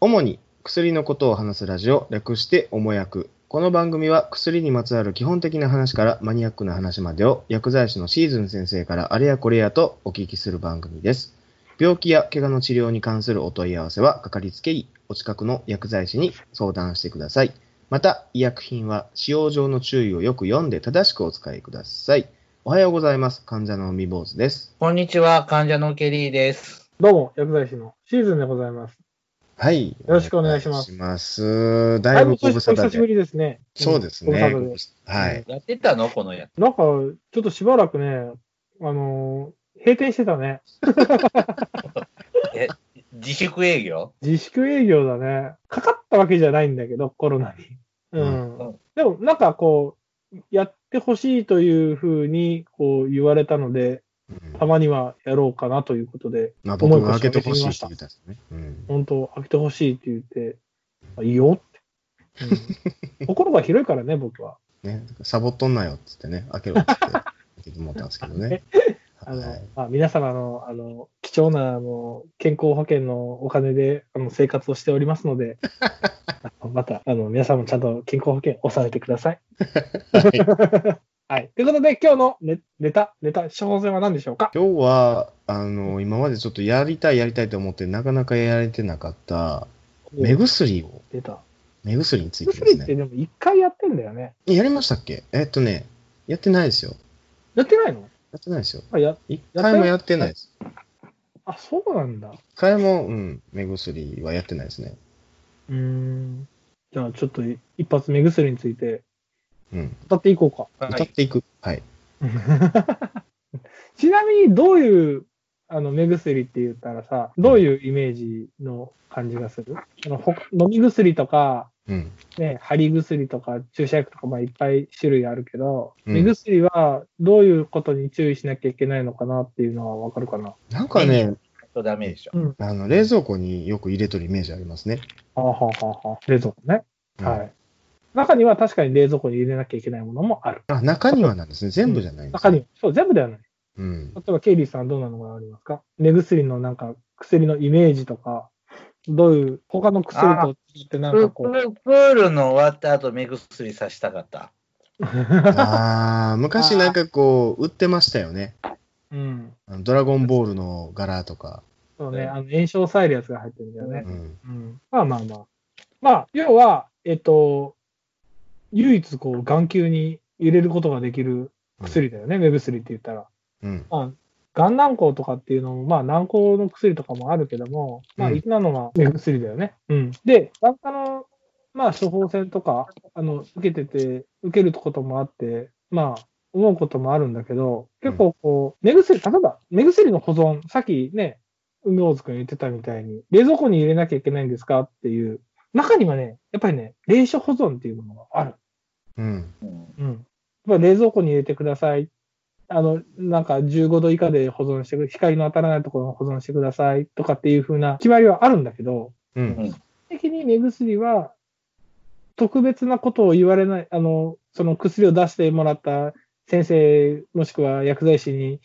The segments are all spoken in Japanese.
主に薬のことを話すラジオ、略しておもやく。この番組は薬にまつわる基本的な話からマニアックな話までを薬剤師のシーズン先生からあれやこれやとお聞きする番組です。病気や怪我の治療に関するお問い合わせはかかりつけ医、お近くの薬剤師に相談してください。また、医薬品は使用上の注意をよく読んで正しくお使いください。おはようございます。患者のみ坊主です。こんにちは、患者のケリーです。どうも、薬剤師のシーズンでございます。はい。よろしくお願いしますします。だいぶご無沙お汰久しぶで。りですね。そうですご無沙ね汰で。はい。やってたのこのやつ。なんか、ちょっとしばらくね、あのー閉店してたね。え、自粛営業自粛営業だね。かかったわけじゃないんだけど、コロナに。うん。うんでも、なんかこう、やってほしいというふうに、こう言われたので、うんたまにはやろうかなということで、まあ、僕思いも開けてほしいって言ったんですね。うん本当開けてほしいって言って、あいいよって。 うん心が広いからね、僕は。ね、サボっとんなよっつってね、開けろっつって 開けてもらったんですけどね。あの、はいまあ、皆様の、あの、貴重な、あの、健康保険のお金で、あの、生活をしております ので、あのまた、あの、皆さんもちゃんと健康保険、納めてください。はい。ということで、今日のネネタ、ネタ、挑戦は何でしょうか今日は、あの、今までちょっとやりたいやりたいと思って、なかなかやれてなかった、目薬を、出た。目薬についてで薬っすてね。でも一回やってんだよね。やりましたっけえっとね、やってないですよ。やってないのやってないですよ。あ、や、一回もやってないです。あ、そうなんだ。一回も、うん、目薬はやってないですね。うーん。じゃあ、ちょっとい一発目薬についてうん。語っていこうか。は歌っい。ていく。はい。 ちなみにどういうあの目薬って言ったらさ、どういうイメージの感じがするあのほ飲み薬とか、うん。ね、貼り薬とか注射薬とか、まあ、いっぱい種類あるけど、うん目薬はどういうことに注意しなきゃいけないのかなっていうのはわかるかな。なんかね、とダメでしょ。あの、冷蔵庫によく入れとるイメージありますね。はあ、はあはあはあ、冷蔵庫ね、うんはい。中には確かに冷蔵庫に入れなきゃいけないものもある。あ、中にはなんですね。全部じゃないんです中ねに、そう、全部ではない。 うん。例えば、ケイリーさんはどんなのがありますか目薬のなんか、薬のイメージとか、どういう、他の薬と違ってなんかプこう、ププールの終わった後、目薬さしたかった。ああ、昔なんかこう、売ってましたよね。うん。あのドラゴンボールの柄とか。そうね、あの炎症さえるやつが入ってるんだよねう。ん。うん。まあまあまあ。まあ、要は、えっと、唯一こう、眼球に入れることができる薬だよね、目薬って言ったら。うん。まあ、眼軟膏とかっていうのも、まあ、軟膏の薬とかもあるけども、まあ、うんいなのは目薬だよね。うん。で、眼科の、まあ、処方箋とか、あの、受けてて、受けることもあって、まあ、思うこともあるんだけど、結構こう、目薬、例えば、目薬の保存、さっきね、梅大津くん言ってたみたいに、冷蔵庫に入れなきゃいけないんですかっていう、中にはね、やっぱりね、冷所保存っていうものがある。うん。うんうん。やっぱ冷蔵庫に入れてください。あの、なんか15度以下で保存してく、光の当たらないところに保存してくださいとかっていう風な決まりはあるんだけど、ううんん。基本的に目薬は特別なことを言われない、あの、その薬を出してもらった先生もしくは薬剤師に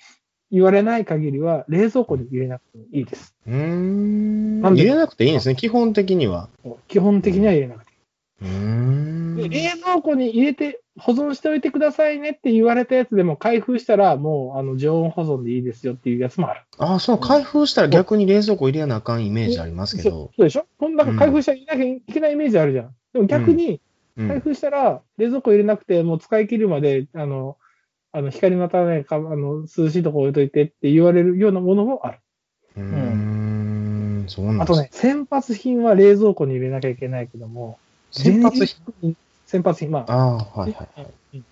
言われない限りは冷蔵庫に入れなくてもいいです。うーん。なんで入れなくていいんですね、基本的には。基本的には入れなくていいうーでん。冷蔵庫に入れて保存しておいてくださいねって言われたやつでも開封したらもうあの常温保存でいいですよっていうやつもある。ああ、そう、開封したら逆に冷蔵庫入れなあかんイメージありますけそうど。そうでしょこんなんか開封したらいなきゃいけないイメージあるじゃん。でも逆にう開ん。封したら冷蔵庫入れなくてもう使い切るまであのあの光の当たらないかあの涼しいとこ置いといてって言われるようなものもある。うーん。そうなんあでとすね、先発品は冷蔵庫に入れなきゃいけないけども、先発品。先発品、まあ、ああ、はいはいはい。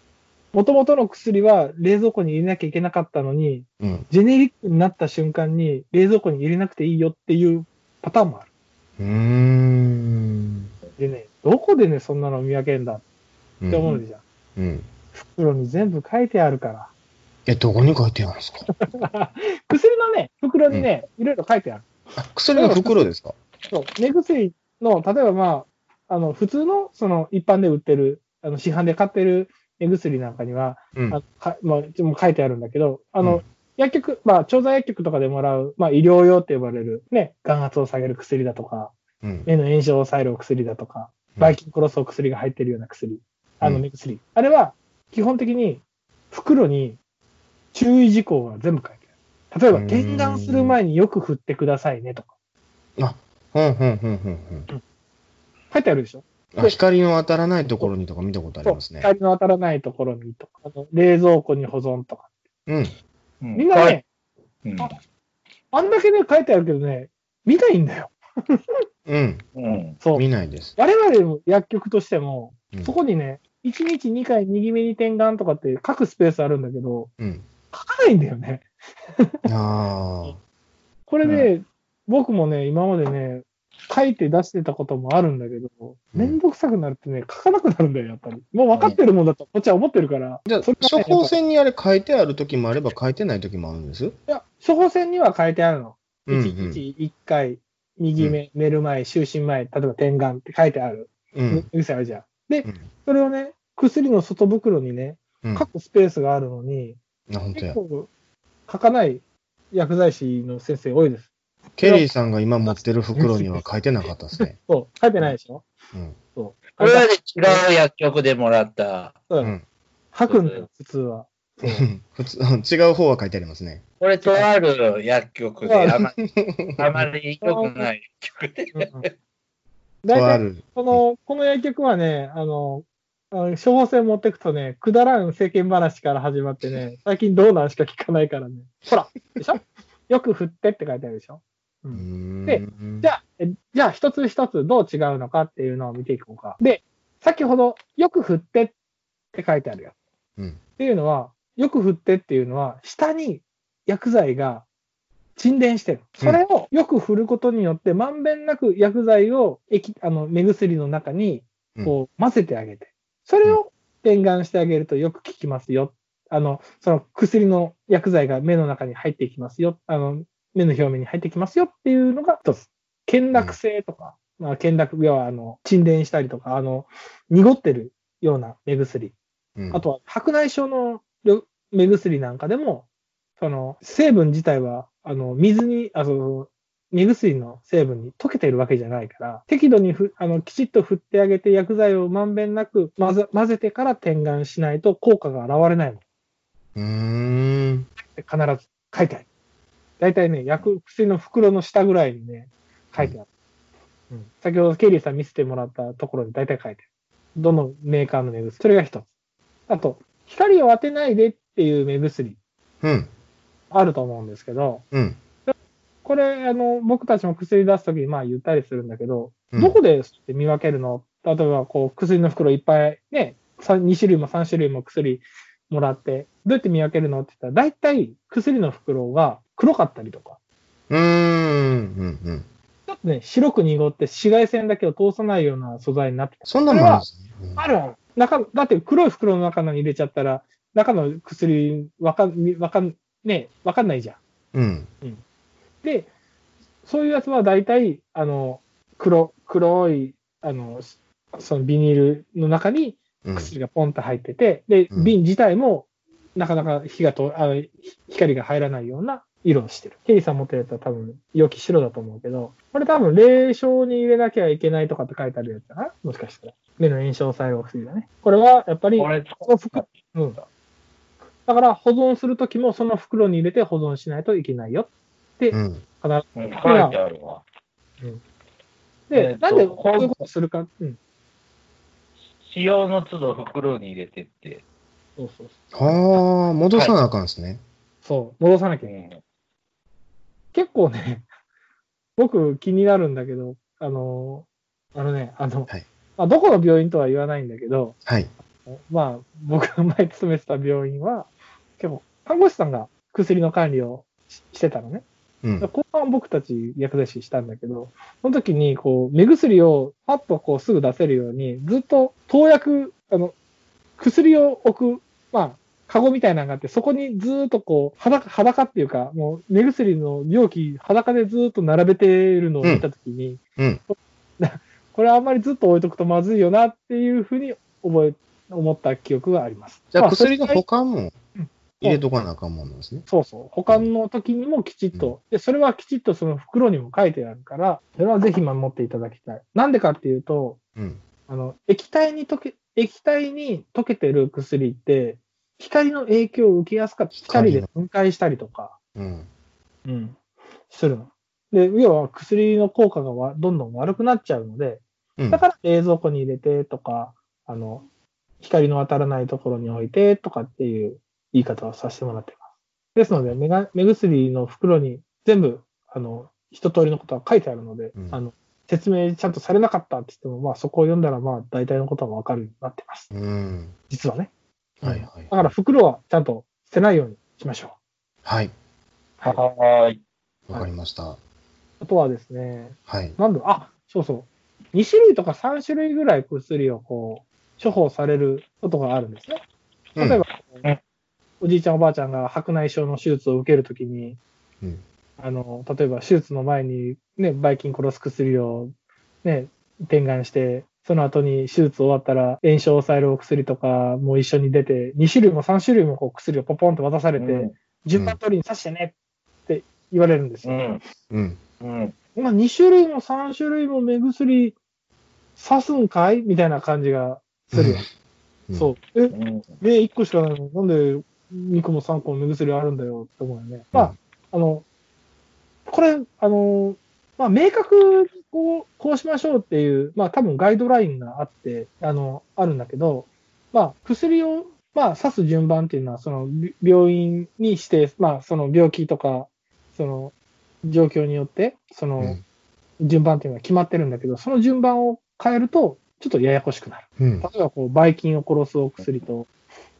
もともとの薬は冷蔵庫に入れなきゃいけなかったのに、うん。ジェネリックになった瞬間に冷蔵庫に入れなくていいよっていうパターンもある。うーん。でね、どこでね、そんなの見分けんだうって思んうじゃん。うん。袋に全部書いてあるから。え、どこに書いてあるんですか薬のね、袋にね、いろいろ書いてある。あ薬の袋ですかそう目薬の、例えばまあ、あの、普通の、その、一般で売ってる、あの、市販で買ってる目薬なんかには、うんあ。のかまあ、一応もう書いてあるんだけど、あの、うん薬局、まあ、調剤薬局とかでもらう、まあ、医療用って呼ばれる、ね、眼圧を下げる薬だとか、うん。目の炎症を抑えるお薬だとか、うんバイキングクロスお薬が入ってるような薬、あうのん目薬。あれは、基本的に袋に注意事項が全部書いてある。例えば、うん点眼する前によく振ってくださいねとか、ほんほんほんほんほん。書いてあるでしょあ、光の当たらないところにとか見たことありますね。光の当たらないところにとか、あの冷蔵庫に保存とか。うん。うんみんなね、うんあんだけね、書いてあるけどね、見ないんだよ。うん。うん。そう。見ないです。我々も薬局としてもうん、そこにね、1日2回右目に点眼とかって書くスペースあるんだけど、うん。書かないんだよね。あこれね、僕もね、今までね、書いて出してたこともあるんだけど、うんめんどくさくなるってね、書かなくなるんだよ、やっぱり。もう分かってるもんだと、こっちは思ってるから。じゃあそれがあ、処ね方箋にあれ書いてある時もあれば書いてない時もあるんです。いや、処方箋には書いてあるの。うんうん1日1回、右目、寝る前、就寝前、例えば点眼って書いてある。う。うんあるじゃん。で、うんそれをね、薬の外袋にね、うん。書くスペースがあるのに、あ本当結や。構書かない薬剤師の先生多いです。ケリーさんが今持ってる袋には書いてなかったですね。そう、書いてないでしょうん。そう。これはね、違う薬局でもらった。 そううん吐くんだよ、普通 は。普通、違う方は書いてありますね。これとある薬局で、あまり、あまり良くない薬局で。と大あ体、る。この、この薬局はね、あの、あの処方箋持ってくとね、くだらん世間話から始まってね、最近どうなんしか聞かないからね。ほら、でしょよく振ってって書いてあるでしょうーんでじゃあ、えじゃあ一つ一つどう違うのかっていうのを見ていこうか。で、先ほど、よく振ってって書いてあるよ。うんっていうのは、よく振ってっていうのは、下に薬剤が沈殿してる。それをよく振ることによって、まんべんなく薬剤を液、あの、目薬の中に、こう、混ぜてあげて。それを点眼してあげるとよく効きますよ。あの、その薬の薬剤が目の中に入ってきますよ。あの、目の表面に入ってきますよっていうのが一つ。見落性とか、まあ、見落、要は、あの、沈殿したりとか、あの、濁ってるような目薬。うんあとは白内障のよ目薬なんかでも、その成分自体はあの水にあその、目薬の成分に溶けてるわけじゃないから、適度にふあのきちっと振ってあげて、薬剤をまんべんなく混ぜ混ぜてから点眼しないと効果が現れないもんうーん。って必ず書いてある。大体ね、薬薬の袋の下ぐらいにね、書いてある。うん先ほどケリーさん見せてもらったところに大体書いてある。どのメーカーの目薬。それが一つ。あと、光を当てないでっていう目薬うん。あると思うんですけど、うん。これ、あの、僕たちも薬出すときにまあ言ったりするんだけど、うんどこでって見分けるの例えば、こう、薬の袋いっぱいね、2種類も3種類も薬もらって、どうやって見分けるのって言ったら、大体薬の袋が黒かったりとか、うーん。うん。うん。ちょっとね、白く濁って紫外線だけを通さないような素材になってた。そんなもんあるんですねうんあるある。中、だって黒い袋の中に入れちゃったら、中の薬、わかん、わかん、ね、わかんないじゃん。うん。で、そういうやつは大体、あの、黒、黒い、あの、しそのビニールの中にうん。薬がポンと入ってて、で、うん瓶自体もなかなか火がとあのひ光が入らないような色をしてる。ケリーさん持ってるやつは多分、良き白だと思うけど、これ多分、冷症に入れなきゃいけないとかって書いてあるやつだな。もしかしたら。目の炎症作用薬だね。これは、やっぱり、これ、この袋うん。だから、保存するときも、その袋に入れて保存しないといけないよ。うん。必ず書いてあるわ。えでー、となんでこういうことするか。うん。使用の都度袋に入れてって。そうそうはあ、戻さなあかんですね。そう。そう、戻さなきうゃいけない。ん結構ね、僕気になるんだけど、あのー、あのね、あの、はいまあ、どこの病院とは言わないんだけど、はい。まあ、僕が前勤めてた病院は、結構、看護師さんが薬の管理をししてたのね。うん。後半僕たち薬剤師したんだけど、その時に、こう、目薬をパッとこうすぐ出せるように、ずっと投薬、あの、薬を置く、まあ、カゴみたいなのがあって、そこにずっとこう、裸、裸っていうか、もう目薬の容器、裸でずっと並べてるのを見た時に、うんな これあんまりずっと置いとくとまずいよなっていうふうに覚え、思った記憶があります。じゃまあ薬のそれぐらい保管も入れとかなあかんもんなんですね。そうそう。保管の時にもきちっと、で、それはきちっとその袋にも書いてあるから、それはぜひ守っていただきたい。なんでかっていうと、うん。あの、液体に溶け、液体に溶けてる薬って、光の影響を受けやすかった。光で分解したりとか、うん。うん、するの。で、要は薬の効果がわどんどん悪くなっちゃうので、うんだ。から冷蔵庫に入れてとか、あの、光の当たらないところに置いてとかっていう言い方をさせてもらってます。ですので、目が目薬の袋に全部、あの、一通りのことは書いてあるので、うんあの、説明ちゃんとされなかったって言っても、まあそこを読んだら、まあ大体のことはわかるようになってます。うん。実はね。はいはい。だから袋はちゃんと捨てないようにしましょはい。う。はい。はーい。わかりました。あとはですね、はい。なんだ、あ、そうそう。2種類とか3種類ぐらい薬をこう、処方されることがあるんですね。うん例えば、うんおじいちゃんおばあちゃんが白内障の手術を受けるときに、うんあの、例えば手術の前に、ね、ばい菌殺す薬を、ね、点眼して、その後に手術終わったら炎症を抑えるお薬とかも一緒に出て、2種類も3種類もこう薬をポポンと渡されて、うん順番通りに刺してねって言われるんですうよ。ん。うん。うん。まあ、2種類も3種類も目薬刺すんかいみたいな感じがするよ。うんそう。え、うん。目1個しかないのになんで2個も3個も目薬あるんだよって思うよね。まあ、あの、これ、あの、まあ、明確にこう、こうしましょうっていう、まあ、多分ガイドラインがあって、あの、あるんだけど、まあ、薬を、まあ、刺す順番っていうのは、その、び病院にして、まあ、その病気とか、その、状況によって、その、順番っていうのは決まってるんだけど、その順番を変えると、ちょっとややこしくなる。うん例。えばこう、ばい菌を殺すお薬と、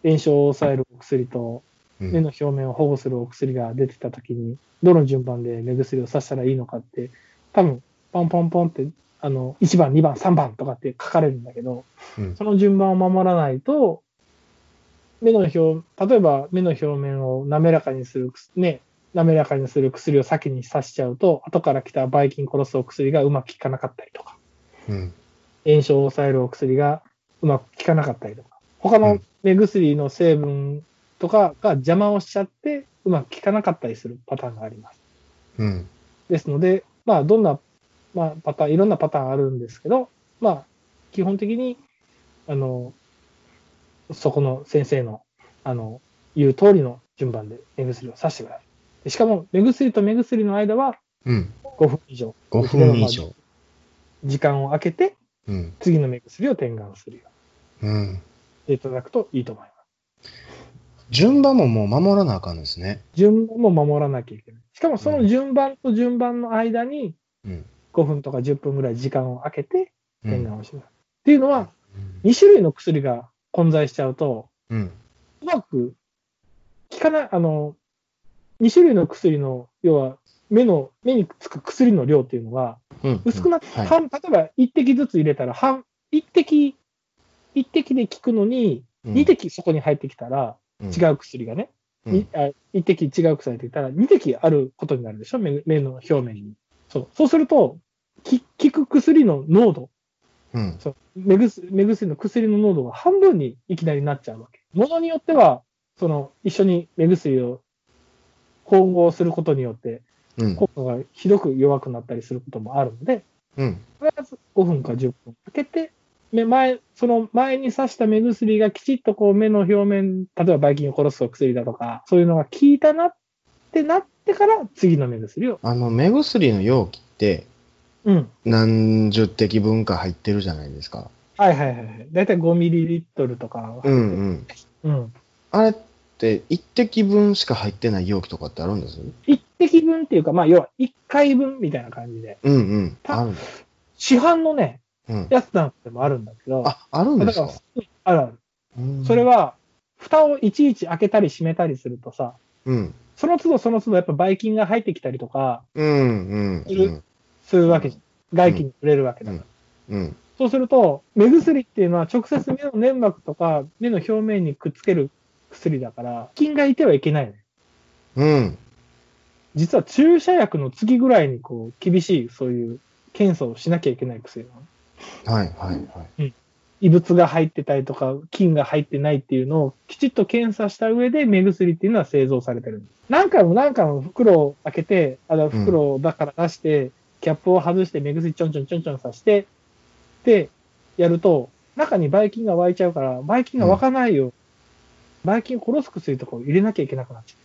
炎症を抑えるお薬と、うん目の表面を保護するお薬が出てたときに、どの順番で目薬を刺したらいいのかって、多分、ポンポンポンって、あの、1番、2番、3番とかって書かれるんだけど、うんその順番を守らないと、目の表、例えば目の表面を滑らかにする、ね、滑らかにする薬を先に刺しちゃうと、後から来たばい菌殺すお薬がうまく効かなかったりとか。うん。炎症を抑えるお薬がうまく効かなかったりとか、他うのん目薬の成分とかが邪魔をしちゃって、うまく効かなかったりするパターンがあります。うん。ですので、まあ、どんな、まあ、パターン、いろんなパターンあるんですけど、まあ、基本的に、あの、そこの先生の、あの、言う通りの順番で目薬を刺してくださいで。しかも、目薬と目薬の間はうん。 5分以上、 5分以上。時間を空けて、うん。次の目薬を点眼するようにうん。していただくといいと思います。順番ももう守らなあかんですね。順番も守らなきゃいけない。しかもその順番と順番の間にうん。 5分とか10分ぐらい時間を空けてうん。点眼をします。っていうのは2種類の薬が混在しちゃうとうん。うまく効かない、あの、2種類の薬の、要は目の、目につく薬の量っていうのがうん。薄くなって、はい半例えば1滴ずつ入れたら半、1滴、1滴で効くのに2滴そこに入ってきたら違う薬がね、うん。にあ一滴違う薬って言ったら、二滴あることになるでしょ目目の表面に。そうそうすると、き効く薬の濃度うん。そう目薬、目薬の薬の濃度が半分にいきなりなっちゃうわけ。ものによっては、その一緒に目薬を混合することによって、うん。効果がひどく弱くなったりすることもあるので、うん。とりあえず5分か10分かけて、目前、その前に刺した目薬がきちっとこう目の表面、例えばバイキンを殺すお薬だとか、そういうのが効いたなってなってから次の目薬を。あの、目薬の容器ってうん。何十滴分か入ってるじゃないですか。はいはいはいはい。だいたい5ミリリットルとか。うんうん。うん。あれって一滴分しか入ってない容器とかってあるんです一滴分っていうか、まあ要は1回分みたいな感じで。うんうん。たあるんだ。市販のね、うん。やつなんてもあるんだけど。あ、あるんでだすからか、あるある。うんそれは、蓋をいちいち開けたり閉めたりするとさ、うん。その都度その都度やっぱばい菌が入ってきたりとか、うんうんいるするわけじゃん。外気に触れるわけだから。うん。うん。そうすると、目薬っていうのは直接目の粘膜とか目の表面にくっつける薬だから、菌がいてはいけないのようん。実は注射薬の次ぐらいにこう、厳しいそういう検査をしなきゃいけない薬なの。はいはいはい。異物が入ってたりとか、菌が入ってないっていうのをきちっと検査した上で目薬っていうのは製造されてるんです。何回も何回も袋を開けて、あの袋をだから出して、キャップを外して目薬ちょんちょんちょんちょんさして、で、やると、中にばい菌が湧いちゃうから、ばい菌が湧かないように。ばい菌を殺す薬とかを入れなきゃいけなくなっちゃ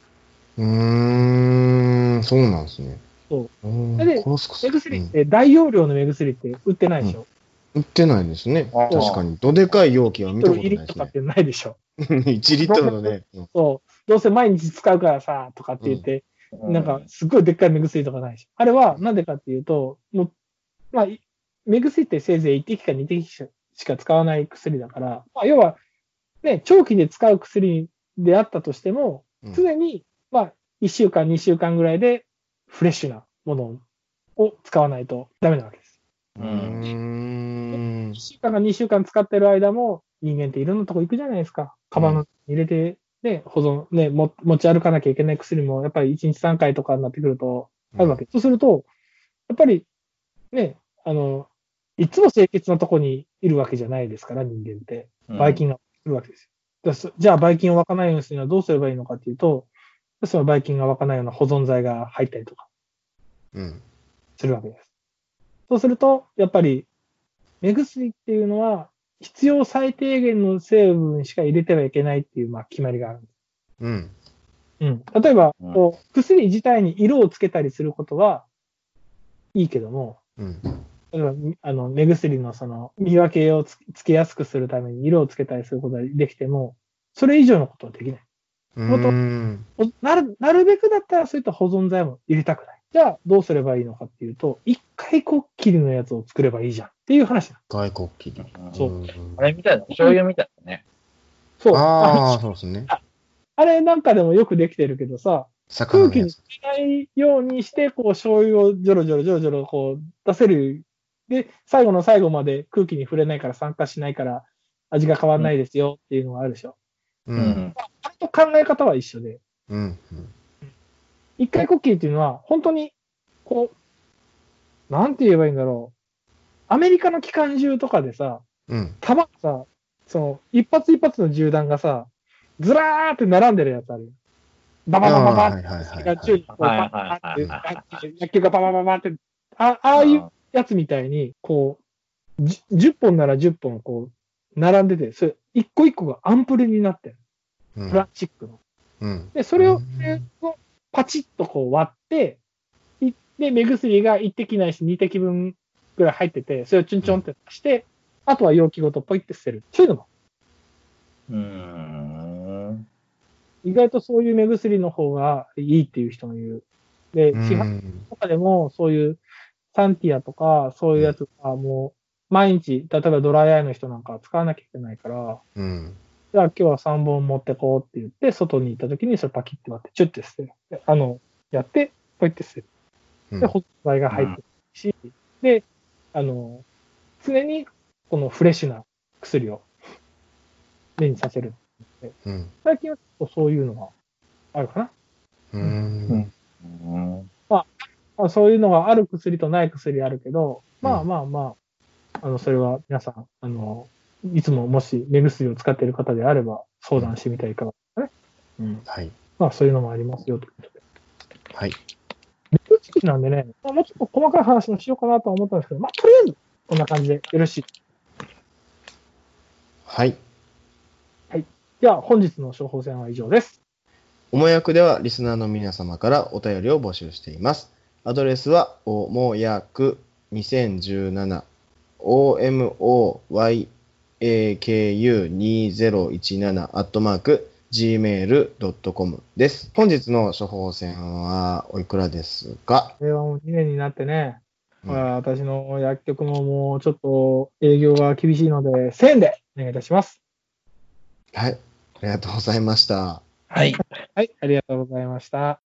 う。うーん、そうなんですね。そううーん。それで殺す目う薬っんて、大容量の目薬って売ってないでしょ。売ってないですね。あー確かに。どでかい容器は見た1ことリないで入りとすかっね。てないでしょ。 1リットルのね。うんそう。どうせ毎日使うからさ、とかって言って、なんか、すっごいでっかい目薬とかないでしょ。あれは、なんでかっていうと、もう、まあ、い目薬ってせいぜい1滴か2滴しかしか使わない薬だから、まあ、要は、ね、長期で使う薬であったとしても、うん常に、まあ、1週間、2週間ぐらいで、フレッシュなものを使わないとダメなわけです。うーん1。週間か2週間使ってる間も、人間っていろんなとこ行くじゃないですか。カバンの中に入れて、ね、保存、ね、も持ち歩かなきゃいけない薬も、やっぱり1日3回とかになってくると、あるわけ。そうすると、やっぱり、ね、あの、いつも清潔なとこにいるわけじゃないですから、人間って。ばい菌が来るわけですよ。だからそじゃあ、ばい菌を湧かないようにするにはどうすればいいのかっていうと、そのばい菌が湧かないような保存剤が入ったりとかうん。するわけです。そうすると、やっぱり、目薬っていうのは、必要最低限の成分しか入れてはいけないっていう、まあ、決まりがあるんです。うん。うん。例えば、うんこう、薬自体に色をつけたりすることはいいけども、うん。例えば、あの、目薬のその、見分けをつつけやすくするために色をつけたりすることができても、それ以上のことはできない。うーん。おなる、なるべくだったらそういった保存剤も入れたくない。じゃあ、どうすればいいのかっていうと、一回こっきりのやつを作ればいいじゃんっていう話な外国企業。うんそうあれみたいだ。醤油みたいだね。の。そう。ああ、あそうですね。あれなんかでもよくできてるけどさ、魚空の気やにつ触。れないようにして、こう、醤油をジョロジョロジョロジョロこう、出せる。で、最後の最後まで空気に触れないから酸化しないから味が変わんないですよっていうのがあるでしょ。う。うんん。あれと考え方は一緒で、うん。一回こっきりっていうのは、本当に、こう、なんて言えばいいんだろう。アメリカの機関銃とかでさ、うん。弾がさ、その、一発一発の銃弾がさ、ずらーって並んでるやつあるよ。バババババあーはっいはいはいはいて、が銃にこうはいバはバいはっいてはいバッて、野球がババババって、あああいうやつみたいに、こう、じゅ 10, 本なら10本こう、並んでて、それ、一個一個がアンプルになってる。うんプラスチックの。うん。で、それうをんそれをパチッとこう割って、いで、目薬が1滴ないし2滴分ぐらい入ってて、それをチュンチュンって出して、あとは容器ごとポイって捨てる。そういうのも、うん。意外とそういう目薬の方がいいっていう人もいる。で、うん市販とかでもそういうサンティアとか、そういうやつがもう毎日、例えばドライアイの人なんかは使わなきゃいけないから、うん。じゃあ今日は3本持ってこうって言って、外に行った時にそれパキって割って、チュッて捨てる。であの、やって、ポイって捨てる。うんで、保存剤が入ってるし、で、あの、常にこのフレッシュな薬を目にさせる。うん。最近はちょっとそういうのがあるかな。うん。うん。まあ、そういうのがある薬とない薬あるけど、まあうんまあまあ、あの、それは皆さん、あの、いつももし目薬を使っている方であれば相談してみてはいかがですかね。うん。はい。まあそういうのもありますよということで。はい。手続きなんでね、まあ、もうちょっと細かい話もしようかなとは思ったんですけど、まあ、とりあえず、こんな感じでよろしい。はい。では、本日の処方箋は以上です。おもやくではリスナーの皆様からお便りを募集しています。アドレスはおもやく2017 omoyaku2017 アットマーク gmail.com です。本日の処方箋はおいくらですか、令和も2年になってね、うんまあ私の薬局ももうちょっと営業が厳しいので、1000円でお願いいたします。はい。ありがとうございました。はい。はい、ありがとうございました。